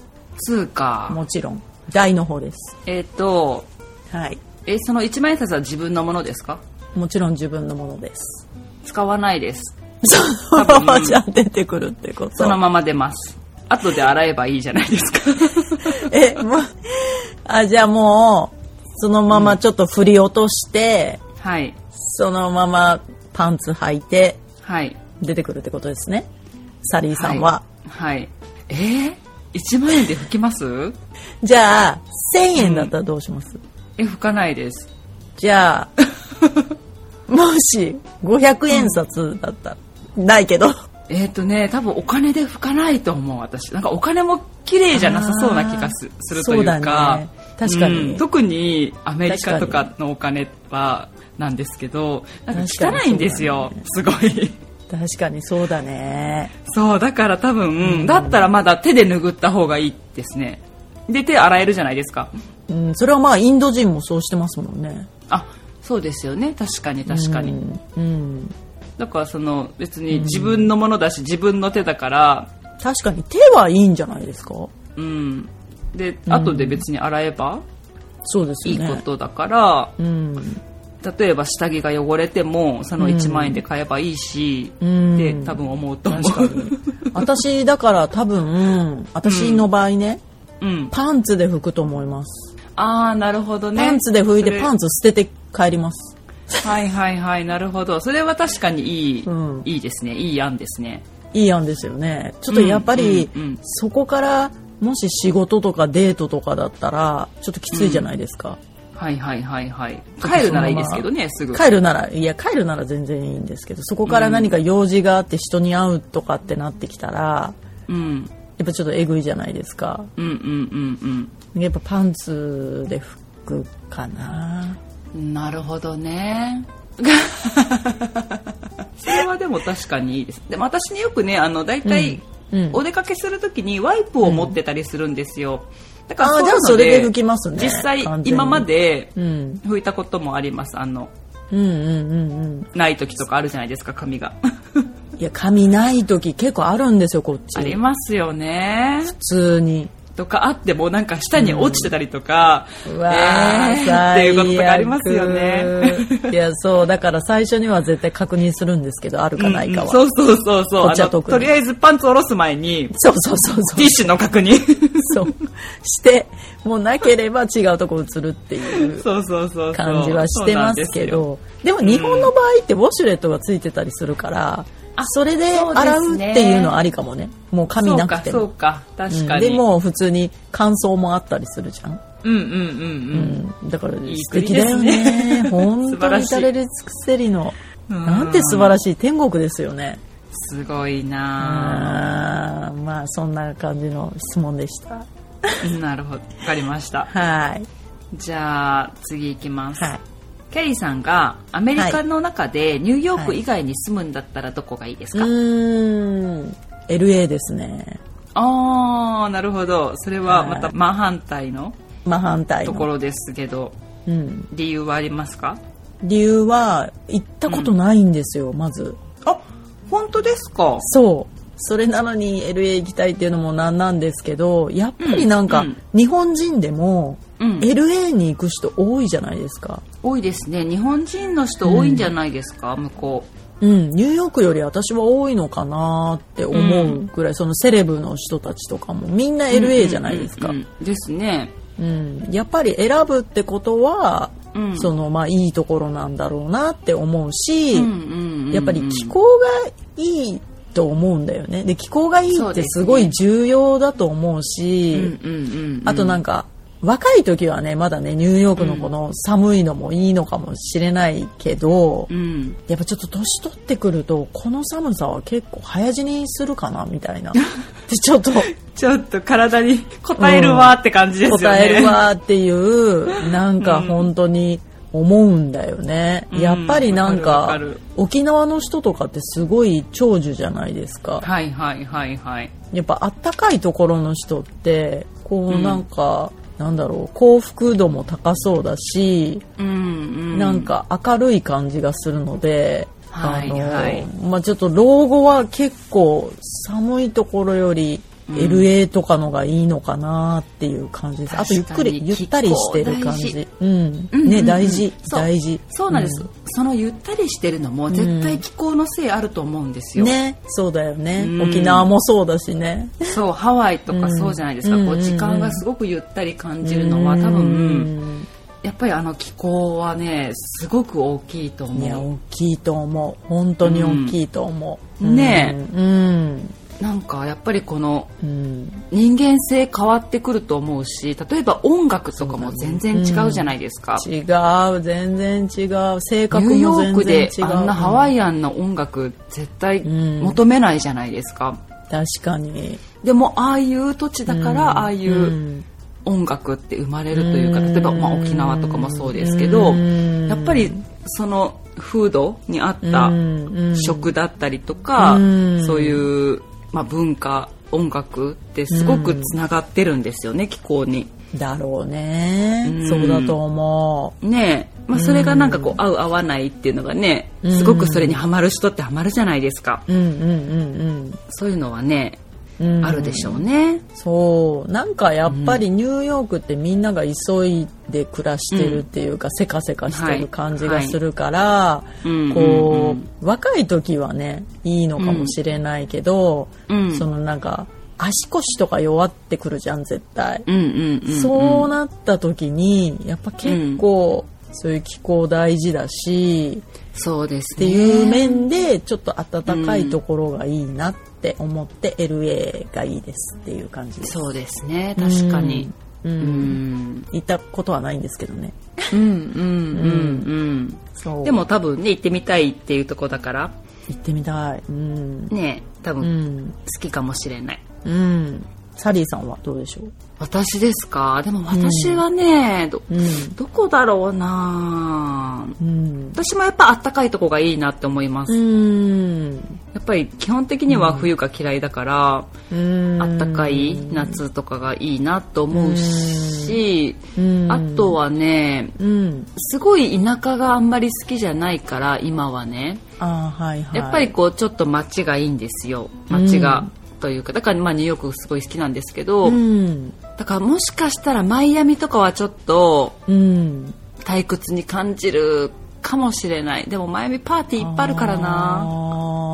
S1: 通貨
S2: もちろん台の方です
S1: えっ、と
S2: はい
S1: えその一万円札は自分のものですか
S2: もちろん自分のものです
S1: 使わないです
S2: そのまま じゃ出てくるってこと
S1: そのまま出ます後で洗えばいいじゃないですか
S2: えもうあじゃあもうそのままちょっと振り落として、
S1: はい
S2: そのままパンツ履いて
S1: はい
S2: 出てくるってことですねサリーさんは、
S1: はい、はいえー、1万円で拭きます
S2: じゃあ1000円だったらどうします、
S1: え拭かないです
S2: じゃあもし500円札だったら、ないけど
S1: えっ、とね多分お金で拭かないと思う私なんかお金も綺麗じゃなさそうな気がすするというか
S2: そうだね確かに
S1: うん特にアメリカと
S2: 確か
S1: かのお金はなんですけどなんか
S2: 確かに
S1: 汚いんですよ、すごい
S2: 確かにそうだね
S1: そうだから多分、だったらまだ手で拭った方がいいですねで手洗えるじゃないですか
S2: うん、それはまあインド人もそうしてますもんね
S1: あそうですよね確かに確かに、
S2: うん、うん
S1: だからその別に自分のものだし、自分の手だから
S2: 確かに手はいいんじゃないですか
S1: うんで後で別に洗えば
S2: そうです
S1: い
S2: よ
S1: い
S2: ね
S1: ことだから、
S2: うん
S1: 例えば下着が汚れてもその1万円で買えばいいし、
S2: うん
S1: って多分思うと思
S2: 確か
S1: う、
S2: に私だから多分私の場合ね、
S1: うん、
S2: パンツで拭くと思います
S1: ああなるほどね
S2: パンツで拭いてパン
S1: ツ
S2: ツ捨てて帰ります
S1: はいはいはいなるほどそれは確かにいい、
S2: うん
S1: いいですねいい案ですね
S2: いい案ですよねちょっとやっぱり、
S1: うんうんうん
S2: そこからもし仕事とかデートとかだったらちょっときついじゃないですか、
S1: はいはいはいはい帰るならいいですけどねすぐ
S2: 帰るならいや帰るなら全然いいんですけどそこから何か用事があって人に会うとかってなってきたら
S1: うん
S2: やっぱちょっとえぐいじゃないですか
S1: うんうんうん
S2: やっぱパンツで拭くかな
S1: うんなるほどね それはでも確かにいいですでも私ねよくねあの大体、
S2: うんうん
S1: お出かけするときにワイプを持ってたりするんですよ、だから
S2: あ
S1: う
S2: ーじ
S1: い
S2: ゃ
S1: う
S2: あ
S1: の
S2: それで拭きますね
S1: 実際
S2: 完全に
S1: 今まで
S2: うん
S1: 拭いたこともありますあの
S2: うんうんうんうん
S1: ない時とかあるじゃないですか髪 が
S2: いや髪ない時結構あるんですよこっち
S1: あり
S2: 普
S1: ますよね
S2: 通に
S1: とかあってもなんか下に落ちてたりとか、
S2: うわ
S1: え
S2: ー、
S1: ーっていうこととかありますよね
S2: ねいやそうだから最初には絶対確認するんですけどあるかないかは、
S1: うんうんそうそうそうそう
S2: こっち
S1: あ
S2: は
S1: の
S2: 特に
S1: とりあえずパンツ下ろす前に
S2: そうそうそうそう
S1: ティッシュの確認
S2: そうしてもうなければ違うとこ移るっていう
S1: そうそうそうそう
S2: 感じはしてますけ
S1: そう
S2: どでも日本の場合ってウォシュレットがついてたりするから、それで洗うっていうのはありかもねも
S1: な
S2: う髪
S1: んですよ
S2: なくて
S1: そ
S2: も
S1: うかそうか確かに、
S2: うんでも普通に乾燥もあったりするじゃん、
S1: うんうんうん
S2: うん、だから
S1: いい
S2: 素
S1: 国
S2: 敵だ
S1: で
S2: よ
S1: す
S2: ね
S1: ね
S2: 本
S1: 素晴
S2: 当
S1: らし
S2: に
S1: い
S2: 至れり尽くせりの
S1: うん
S2: なんて素晴らしい天国ですよね
S1: すごいな
S2: あーまあそんな感じの質問でした
S1: ぁなるほどわかりました
S2: はい
S1: じゃあ次いきます、
S2: はい
S1: キャリーさんがアメリカの中でニューヨーク以外に住むんだったらどこがいいですか、
S2: うーん LA ですね
S1: ああなるほどそれはまた
S2: はい
S1: 真反対の
S2: 真反対
S1: と
S2: の
S1: ころですけど
S2: うん、
S1: 理由はありますか
S2: 理由は行ったことないんですよ、まず
S1: あ本当ですか
S2: そうそれなのに LA 行きたいっていうのもなんなんですけどやっぱりなんか、
S1: うんうん
S2: 日本人でも、
S1: うん
S2: LA に行く人多いじゃないですか
S1: 多いですね日本人の人多いんじゃないですか、向こ
S2: うん、ニューヨークより私は多いのかなって思うぐらい、そのセレブの人たちとかもみんな
S1: う
S2: LA じゃないですか、
S1: うんうんうんですね
S2: うん、やっぱり選ぶってことは、
S1: うん
S2: そのまあいいところなんだろうなって思うし、
S1: うんうんうん
S2: やっぱり気候がいいと思うんだよねで気候がいい
S1: そ
S2: っ
S1: うで
S2: て
S1: すね
S2: すごい重要だと思うし
S1: うんうんうん
S2: あとなんか若い時はねまだねニューヨークのこの寒いのもいいのかもしれないけど、
S1: うん
S2: やっぱちょっと年取ってくるとこの寒さは結構早死にするかなみたいな でちょっと
S1: ちょっと体に応えるわって感じですよね、
S2: 答えるわっていうなんか本当に思うんだよね、
S1: うん
S2: やっぱりなん
S1: わか
S2: か
S1: るわかる
S2: 沖縄の人とかってすごい長寿じゃないですか
S1: はいはいはいはい
S2: やっぱあったかいところの人ってこうなんか、なんだろう幸福度も高そうだし、
S1: うんうん
S2: なんか明るい感じがするので、
S1: はい
S2: あの、
S1: はい
S2: まあちょっと老後は結構寒いところより LA とかのがいいのかなっていう感じです。あとゆっくり
S1: 確かに
S2: ゆったりしてる感
S1: 気
S2: じ
S1: 候。
S2: うん
S1: うんうんう。ん
S2: ね大事
S1: そう
S2: 大事。
S1: そうなんです、そのゆったりしてるのも絶対気候のせいあると思うんですよ、
S2: ね、そうだよね
S1: う。ん
S2: 沖縄もそうだしね。
S1: そうハワイとかそうじゃないですか、
S2: うん
S1: こ
S2: うん
S1: う
S2: うん
S1: 時間がすごくゆったり感じるのは多分、
S2: うん
S1: やっぱりあの気候はねすごく大きいと
S2: いや
S1: 思
S2: 大きいと思う。本当に大きいと思う。
S1: うんね
S2: え。うん。
S1: うなんかやっぱりこの
S2: うん。
S1: 人間性変わってくると思うし例えば音楽とかも全然違うじゃないですか、
S2: 違う全然違う性格
S1: ニューヨ
S2: も
S1: ー
S2: 全
S1: ク
S2: 然違
S1: で
S2: う
S1: あんなハワイアンな音楽絶対
S2: うん
S1: 求めないじゃないですか、
S2: 確かに
S1: でもああいう土地だからああいうん音楽って生まれるというか例えばまあ沖縄とかもそうですけど
S2: うん
S1: やっぱりその風土に合った
S2: うんうん
S1: 食だったりとか
S2: うん
S1: そういうまあ文化音楽ってすごくつながってるんですよね気候に。
S2: だろうね、
S1: うん
S2: そうだと思
S1: ねえ、まあ、それがなんかこう合う合わないっていうのがね
S2: うん
S1: すごくそれにハマる人ってハマるじゃないですか
S2: ううんうんうん
S1: そういうのはね
S2: うんうん
S1: あるでしょうね。
S2: そうなんかやっぱりニューヨークってみんなが急いで暮らしてるっていうか、せかせかしてる感じがするから、
S1: うん
S2: こう若い時はねいいのかもしれないけど、
S1: うんうん
S2: そのなんか足腰とか弱ってくるじゃん絶対、
S1: うんうんうん
S2: そうなった時にやっぱ結構そういう気候大事だし、
S1: そうです
S2: っ
S1: ね
S2: ていう面でちょっと暖かいところがいいなって思って LA がいいですっていう感じです。
S1: そうですね確かに
S2: うん
S1: う
S2: うん
S1: ん
S2: 行ったことはないんですけどね。
S1: うんうんうん
S2: そ
S1: うん
S2: う
S1: でも多分ね行ってみたいっていうところだから
S2: 行ってみたい。うん。
S1: ねえ多
S2: う
S1: 分
S2: ん。
S1: 好きかもしれない
S2: うん。サリーさんはどうでしょう。
S1: 私ですかでも私はねど
S2: うん。
S1: どこだろうな
S2: うん。
S1: 私もやっぱあったかいとこがいいなって思います
S2: うん。
S1: やっぱり基本的には冬が嫌いだから、
S2: うん。
S1: あったかい夏とかがいいなと思うし、
S2: うん。
S1: あとはね
S2: うん。
S1: すごい田舎があんまり好きじゃないから今はね
S2: あーはいはい。
S1: やっぱりこうちょっと街がいいんですよ街が、というかだからまあニューヨークすごい好きなんですけど、
S2: うん。
S1: だからもしかしたらマイアミとかはちょっと
S2: うん。
S1: 退屈に感じるかもしれないでもマイアミパーティーいっぱいあるからな
S2: あー。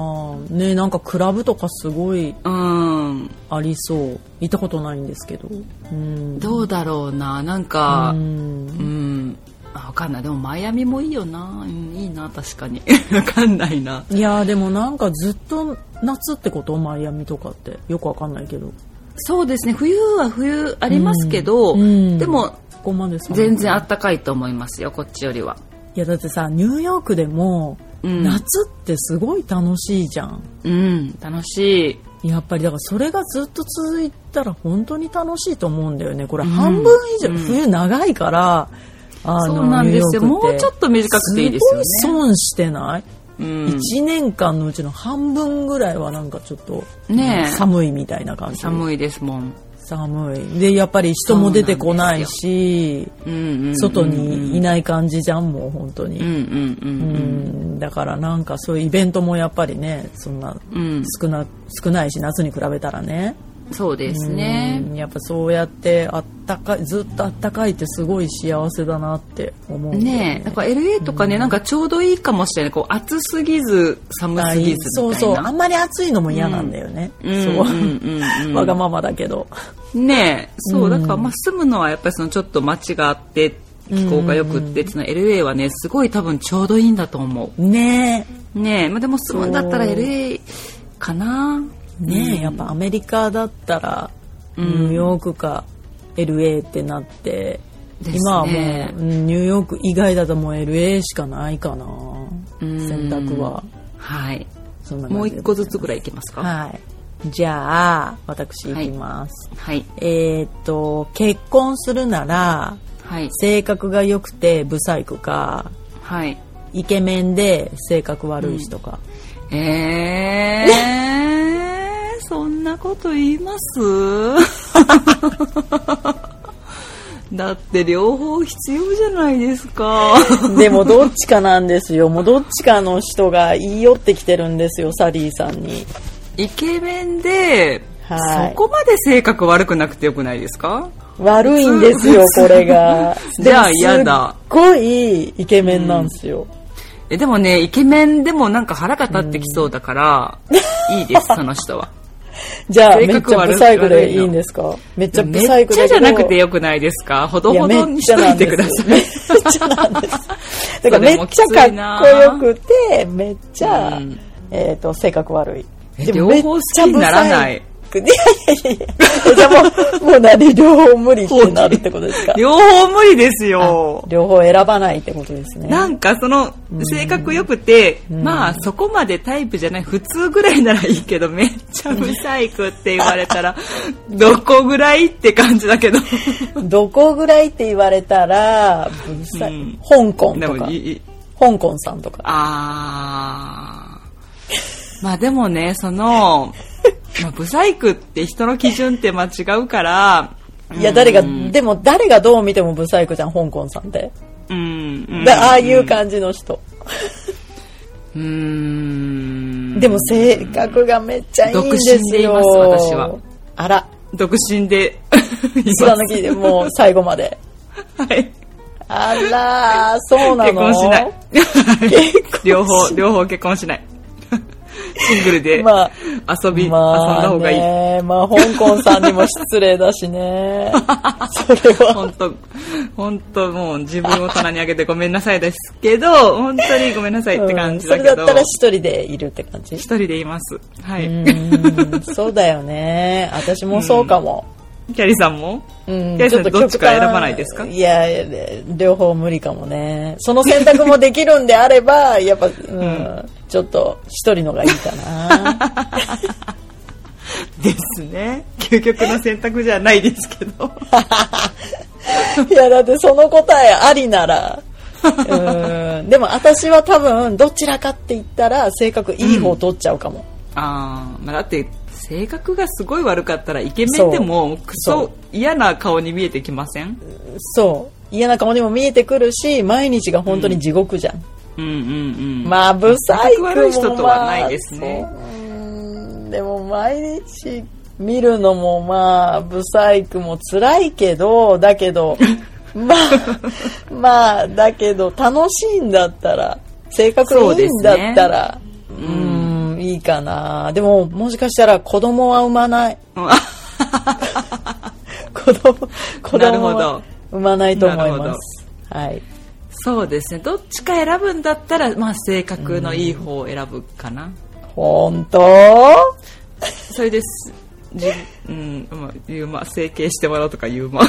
S2: ねなんかクラブとかすごい
S1: うん
S2: ありそう行ったことないんですけど、うん、
S1: どうだろうななんか
S2: う
S1: うんんあわかんないでもマイアミもいいよな、うん、いいな確かに わかんないない
S2: やーでもなんかずっと夏ってことマイアミとかってよくわかんないけど
S1: そうですね冬は冬ありますけど、
S2: うんうん
S1: でも
S2: ここまでさ
S1: 全然あったかいと思いますよこっちよりはい
S2: やだってさニューヨークでも、
S1: うん
S2: 夏ってすごい楽しいじゃん
S1: うん楽しい
S2: やっぱりだからそれがずっと続いたら本当に楽しいと思うんだよねこれ
S1: うん
S2: 半分以上、
S1: うん
S2: 冬長いからあ
S1: そうなんですよ
S2: ニューヨ
S1: も
S2: ーク
S1: うちょっと短くていいですよね
S2: すごい損してない
S1: うん、
S2: 1年間のうちの半分ぐらいはなんかちょっと、
S1: ねえ
S2: 寒いみたいな感じ
S1: 寒いですもん、
S2: 寒いでやっぱり人も出てこないし、
S1: うんうんうん
S2: 外にいない感じじゃんもう本当
S1: うん
S2: に、
S1: うんう
S2: うんん、だからなんかそういうイベントもやっぱりねそんな
S1: うん、うん、
S2: 少な少ないし夏に比べたらね
S1: そうですね
S2: うんやっぱそうやってあったかいずっとあったかいってすごい幸せだなって思うんだよ
S1: ねえだから LA とかね、なんかちょうどいいかもしれないこう暑すぎず寒すぎずみたいな
S2: そうそうあんまり暑いのも嫌なんだよね、
S1: うん
S2: そう、
S1: うんうんうん
S2: わがままだけど
S1: ねえそう、
S2: うん
S1: だからまあ住むのはやっぱりそのちょっと街があって気候がよくって、その LA はねすごい多分ちょうどいいんだと思
S2: ね
S1: うねえ、まあ、でも住むんだったら
S2: そう
S1: LA かな
S2: えねえ、
S1: うん
S2: やっぱアメリカだったらニューヨークか LA ってなって、
S1: ですね
S2: 今はもううんニューヨーク以外だともう LA しかないかな、
S1: うん
S2: 選択は
S1: はい
S2: そんな感じ
S1: もう一個ずつ
S2: ぐ
S1: ぐらいいきますか
S2: はいじゃあ私いきます、
S1: はい
S2: えーっと結婚するなら
S1: はい
S2: 性格が良くてブサイクか
S1: はい
S2: イケメンで性格悪い人か、
S1: えー、そんなこと言います だって両方必要じゃないです か
S2: でもどっちかなんですよ。もうどっちかの人が言い寄ってきてるんですよ、サリーさんに。
S1: イケメンでそこまで性格悪くなくてよくないですか
S2: 悪いんですよ、これ が。
S1: じゃあ嫌だ
S2: すっごいイケメンなんですよ。
S1: えでもね、イケメンでもなんか腹が立ってきそうだから、いいです、その人は。
S2: じゃあ、め
S1: 性
S2: っ
S1: 格
S2: ちゃ
S1: 悪い
S2: ブサイクでいいんですかめっちゃブ
S1: め
S2: サイ
S1: っ
S2: ク
S1: ち
S2: だ
S1: ゃ
S2: け
S1: じ
S2: ど
S1: ゃなくてよくないですかほどほどにしといてください。
S2: めっちゃなんです。だからめっちゃかっこよくて、めっちゃ、
S1: うん
S2: えっ、と、性格悪い。
S1: え
S2: でもめっちゃ
S1: 両方好きにならない
S2: ブサイク。いやいやいや。じゃあ もう、もう何両方無理ってなるってことですか
S1: 両方無理ですよ。
S2: 両方選ばないってことですね。
S1: なんかその性格良くて、まあそこまでタイプじゃない普通ぐらいならいいけどめっちゃブサイクって言われ たらどこぐらいって感じだけど
S2: どこぐらいって言われたら、ブサイ
S1: うん
S2: 香港
S1: で
S2: とか
S1: も、いい
S2: 香港さんとか。
S1: あーまあでもねそ の、まあ、ブサイクって人の基準って間違うから
S2: いや、誰が、でも誰がどう見てもブサイクじゃん、香港さんって。
S1: うんうん
S2: だああいう感じの人。
S1: うん
S2: でも性格がめっちゃいいんですよ。
S1: 独身でいます私は
S2: あら、
S1: 独身で います
S2: 貫きでもう最後まで。
S1: はい
S2: あら、そうなの
S1: 結婚しない。
S2: 結
S1: 両方、両方結婚しない。 シングルで
S2: まあ
S1: 遊び、遊んだ
S2: まあ
S1: 方がいい。
S2: ね、まあ香港さんにも失礼だ しね。それは。
S1: 本当本当もう自分を棚に上げてごめんなさいですけど、本当にごめんなさいって感じだけ
S2: うんそれだ
S1: ど
S2: った、ら一人でいるって感じ
S1: 一人でいます。はい。
S2: うんそうだよね。私もそうかも。
S1: キャリーさんも
S2: うん
S1: キャリーさん
S2: ちょっと
S1: どっちか
S2: 極端
S1: 選ばないですか
S2: いやいやね両方無理かもねその選択もできるんであれば やっぱ、うんちょっと一人のがいいかな
S1: ですね。究極の選択じゃないですけ ど。
S2: いやだってその答えありなら うんでも私は多分どちらかって言ったら性格いい方取っちゃうかも、
S1: あー、まあ、だって、性格がすごい悪かったらイケメンでもク
S2: そ
S1: ソ嫌な顔に見えてきません
S2: そう嫌な顔にも見えてくるし毎日が本当に地獄じゃん、
S1: うんうんうん。
S2: まあブサイクも、まあ、
S1: 悪い人とはないですね
S2: そううんでも毎日見るのもまあブサイクも辛いけどだ けどまあまあだけど楽しいんだったら性格いいんだったらう,、んいいかなでももしかしたら子供は産まない 子供子
S1: なるほ
S2: 供
S1: ど
S2: は産まないと思い
S1: なるほ
S2: ま
S1: ど
S2: すはい
S1: そうですねどっちか選ぶんだったら、まあ、性格のいい方を選ぶかな、
S2: 本当
S1: それですじ、うんまあ、言うま整形してもらうとか言う ま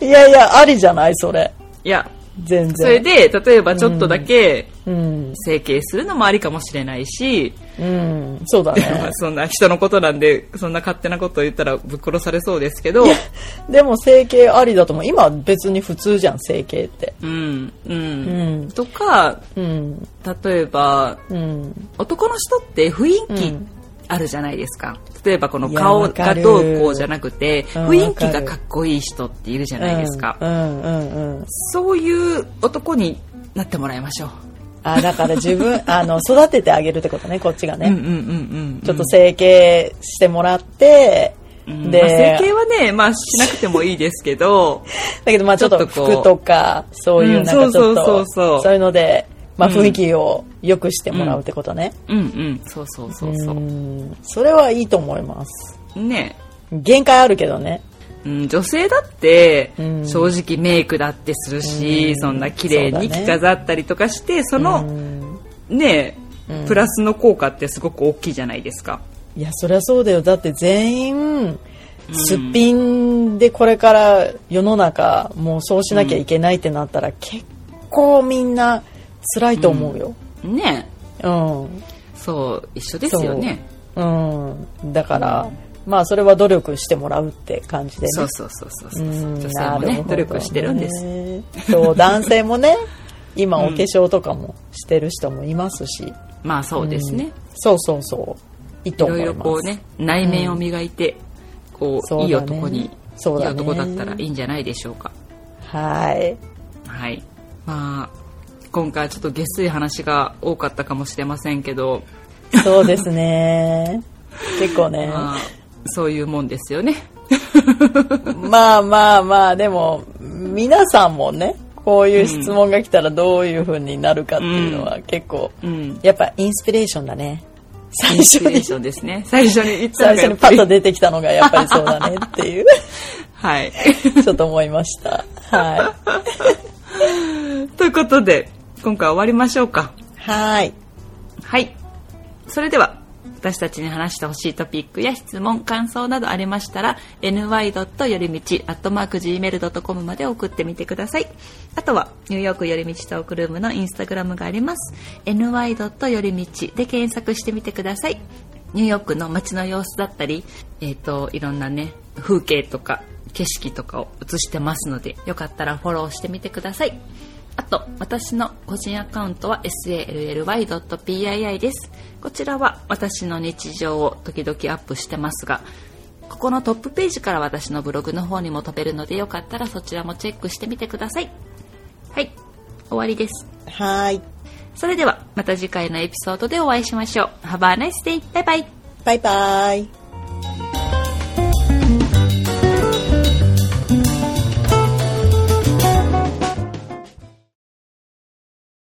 S2: いやいやありじゃないそれ
S1: いや
S2: 全然
S1: それで例えばちょっとだけ
S2: うん
S1: 整形するのもありかもしれない し、
S2: うん、そうだ
S1: まあ
S2: ね。
S1: そんな人のことなんでそんな勝手なこと言ったらぶっ殺されそうですけど
S2: でも整形ありだと思う。今別に普通じゃん、整形って。
S1: うんう、
S2: うんん、
S1: とか
S2: うん、
S1: 例えば
S2: うん。
S1: 男の人って雰囲
S2: う
S1: 気
S2: ん
S1: あるじゃないですか、例えばこの
S2: いや
S1: 顔
S2: わか
S1: が
S2: る
S1: どうこうじゃなくて
S2: うん
S1: 雰囲気
S2: わか
S1: が
S2: る
S1: かっこいい人っているじゃないですか、
S2: うん、うん、うん。
S1: そういう男になってもらいましょう
S2: あ、だから自分、 あの、育ててあげるってことね、こっちがね。
S1: うんうんうんうん
S2: ちょっと整形してもらって、
S1: うんまあ
S2: で、
S1: 整形はね、まあ、しなくてもいいですけど
S2: だけどまあちょっと
S1: ちょっとこう
S2: 服とか、そういううんなんかちょっと、
S1: そうそうそうそう
S2: いうので、まあ
S1: うん
S2: 雰囲気を良くしてもらうってことね。
S1: うんうんそうそうそうそうう、
S2: ん、それはいいと思います。
S1: ね
S2: 限界あるけどね。
S1: うん、女性だって
S2: うん
S1: 正直メイクだってするし、
S2: うん
S1: そんな綺麗に着飾ったりとかしてそ
S2: うん
S1: のね
S2: うん
S1: プラスの効果ってすごく大きいじゃないですか
S2: いや、そりゃそうだよ。だって全員、すっぴんでこれから世の中、もうそうしなきゃいけないってなったら、結構みんな辛いと思うよ。
S1: ね
S2: うん。
S1: そう一緒ですよね
S2: うん。だから、まあそれは努力してもらうって感じでね。
S1: そうそうそうそうそう
S2: うん
S1: 女性もね努力してるんです。
S2: なるほどねそう、男性もね、今お化粧とかもしてる人もいますし。
S1: まあそうですね、
S2: そうそうそう。いいと
S1: い
S2: 思
S1: ろ
S2: い
S1: い
S2: ます。
S1: ろこうね内面を磨いて、こう
S2: そうだね
S1: いい男に
S2: そう
S1: いい
S2: だね
S1: 男だったらいいんじゃないでしょうか
S2: はい。
S1: はいまあ今回はちょっと下水話が多かったかもしれませんけど
S2: そうですね。結構ね。
S1: まあそういうもんですよね。
S2: まあまあまあ、でも、皆さんもね、こういう質問が来たらどういう風になるかっていうのは結構、
S1: うん。
S2: やっぱインスピレーションだね。最
S1: インス
S2: 初
S1: ピレー
S2: に、
S1: ションですね。最初に言ったのが
S2: 最初
S1: や
S2: に
S1: っ
S2: パ
S1: ぱ
S2: ッ
S1: り
S2: と出てき たのがやっぱりそうだねっていう、
S1: はい。
S2: ちょっと思いました。は
S1: ということで、今回は終わりましょうか。
S2: い。はい。
S1: はい。それでは、私たちに話してほしいトピックや質問、感想などありましたら、ny. よりみち、gmail.com まで送ってみてください。あとは、ニューヨークよりみちトークルームのインスタグラムがあります。ny. よりみちで検索してみてください。ニューヨークの街の様子だったり、えっ、と、いろんなね、風景とか景色とかを映してますので、よかったらフォローしてみてください。あと、私の個人アカウントは sally.pii です。こちらは私の日常を時々アップしてますが、ここのトップページから私のブログの方にも飛べるので、よかったらそちらもチェックしてみてください。はい、終わりです。
S2: はい。
S1: それでは、また次回のエピソードでお会いしましょう。Have a nice day! バイバイ
S2: バイバイ。